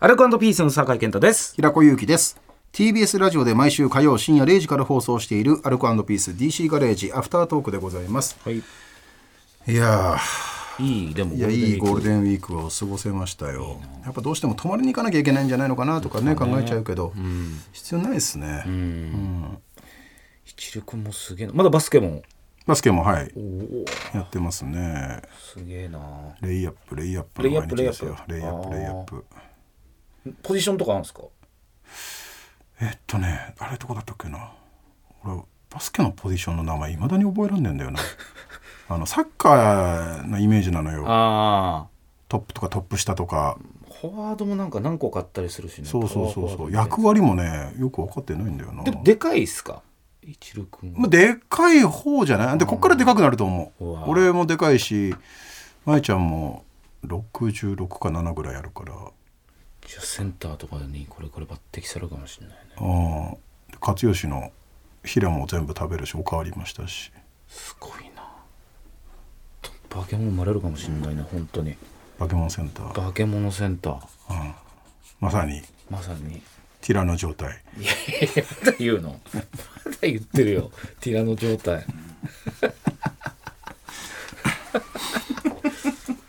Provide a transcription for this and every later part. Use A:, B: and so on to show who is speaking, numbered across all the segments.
A: アルコピースの酒井健太です。
B: 平子祐希です TBS ラジオで毎週火曜深夜0時から放送しているアルコピース DC ガレージアフタートークでございます
A: はい。
B: いや
A: いい、でも
B: ーいやいいゴ
A: ンウィ
B: ール
A: ー
B: デンウィークを過ごせましたよやっぱどうしても泊まりに行かなきゃいけないんじゃないのかなとかね考えちゃうけど、必要ないですね、
A: ク。一流君もすげえな。まだバスケも。
B: バスケもはい
A: おお、
B: やってますね
A: すげえな。
B: レイアップレイアップ
A: レイアップ
B: の毎日ですよ
A: レ
B: レ
A: イ
B: イ
A: ア
B: ア
A: ッ
B: ッ
A: プ
B: プレイアップ
A: ポジションとかあるんですか
B: えっとねあれどこだったっけな俺バスケのポジションの名前いまだに覚えらんねえん だよなあのサッカーのイメージなのよ
A: ああ。
B: トップとかトップ下とか
A: フォワードもなんか何個買ったりするしね。
B: そうそうそう
A: パワ
B: そう
A: ーフォ
B: 役
A: ワード
B: 割もねよく分かってないんだよな
A: でもでかいっすか一流君は。
B: まあ、でっかい方じゃないでこっからでかくなると思う
A: うわ
B: 俺もでかいし舞ちゃんも66か7ぐらいあるから
A: じゃあセンターとかにこれから抜擢されるかもしれないね。
B: うん勝吉の平も全部食べるしおかわりもしたし
A: すごいな。バケモン生まれるかもしれないね、本当に。
B: バケモンセンター
A: バケモノセンター。
B: まさに
A: まさに。
B: ティラノ状態
A: いやいやまだ言うのまだ言ってるよティラノ状態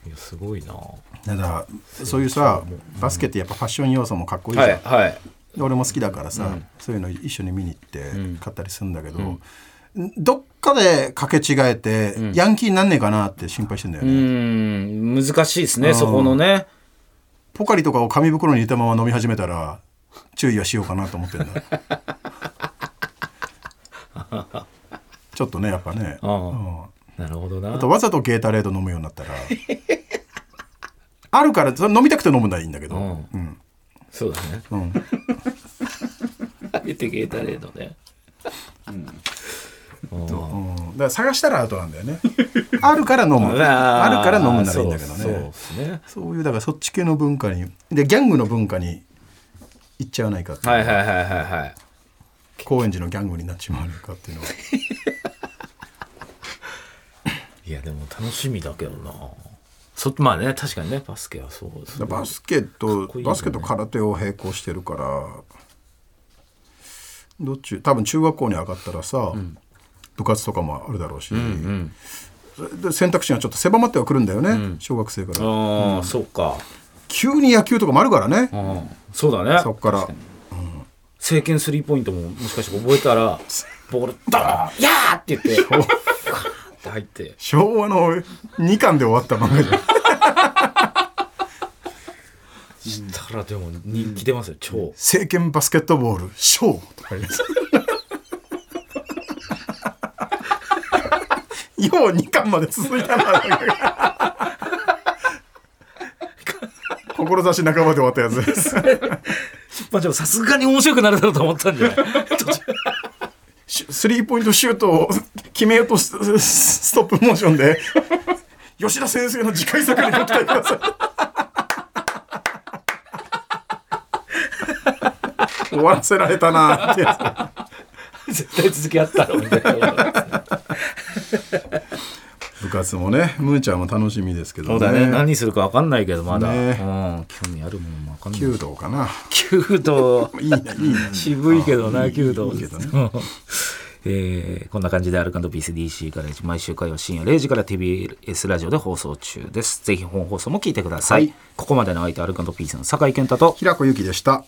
A: いやすごいなは
B: だからそういうさバスケってやっぱファッション要素もかっこいいじゃん、
A: はい
B: で俺も好きだからさ、そういうの一緒に見に行って買ったりするんだけど、んどっかで掛け違えて、ヤンキーになんねえかなって心配してんだよ
A: う
B: ね、
A: ん難しいですねそこのね
B: ポカリとかを紙袋に入れたまま飲み始めたら注意はしようかなと思ってんだちょっとねやっぱね、
A: ああ
B: うん
A: なるほどな
B: あとわざとゲータレード飲むようになったらあるからそれ飲みたくて飲むのはいいんだけど、
A: うん
B: うん
A: そうだね
B: うん
A: あげてゲータレードねうん
B: うん、だから探したらアウトなんだよねあるから飲む あるから飲むならいいんだけどね
A: そ
B: そうう
A: ですね
B: いうだからそっち系の文化にでギャングの文化に行っちゃわないかっていう
A: はいはいはいはいはい
B: 高円寺のギャングになっちまわないかっていうのは
A: いやでも楽しみだけどなそまあね確かにねバスケはそうですね
B: バスケと
A: っこいいよね
B: バスケと空手を並行してるからどっち多分中学校に上がったらさ、部活とかもあるだろうし、で選択肢がちょっと狭まってはくるんだよね、小学生から
A: ああ、そうか、
B: 急に野球とかもあるからね、
A: うん、そうだね
B: そっから
A: 政権スリーポイントももしかして覚えた らボールドーンやーって言ってファーンって入って
B: 昭和の2巻で終わった漫画じゃん
A: したらでも人気出ますよ超
B: 政権バスケットボールショーとか言うやつよう2巻まで続いたな志半ばで終わったやつです
A: まあでもさすがに面白くなるだろうと思ったんじゃない途中
B: シュスリーポイントシュートを決めようとすストップモーションで吉田先生の次回作にご期待ください終わらせられたなってやつ
A: 絶対続きあったろみたいな
B: 部活もねむーちゃんも楽しみですけどね
A: そうだね何するか分かんないけどまだ、う
B: ね
A: ん、興味あるものも分かんない
B: 弓道かな
A: 弓道
B: いいねいいね
A: 渋いけどな、
B: あいい
A: 弓道。
B: いいけどね
A: えーこんな感じでアルカンドピース DC ガレージ毎週火曜深夜0時から TBS ラジオで放送中です。ぜひ本放送も聞いてください。
B: はい
A: ここまでの相手アルカンドピースの酒井健太と
B: 平子ゆきでした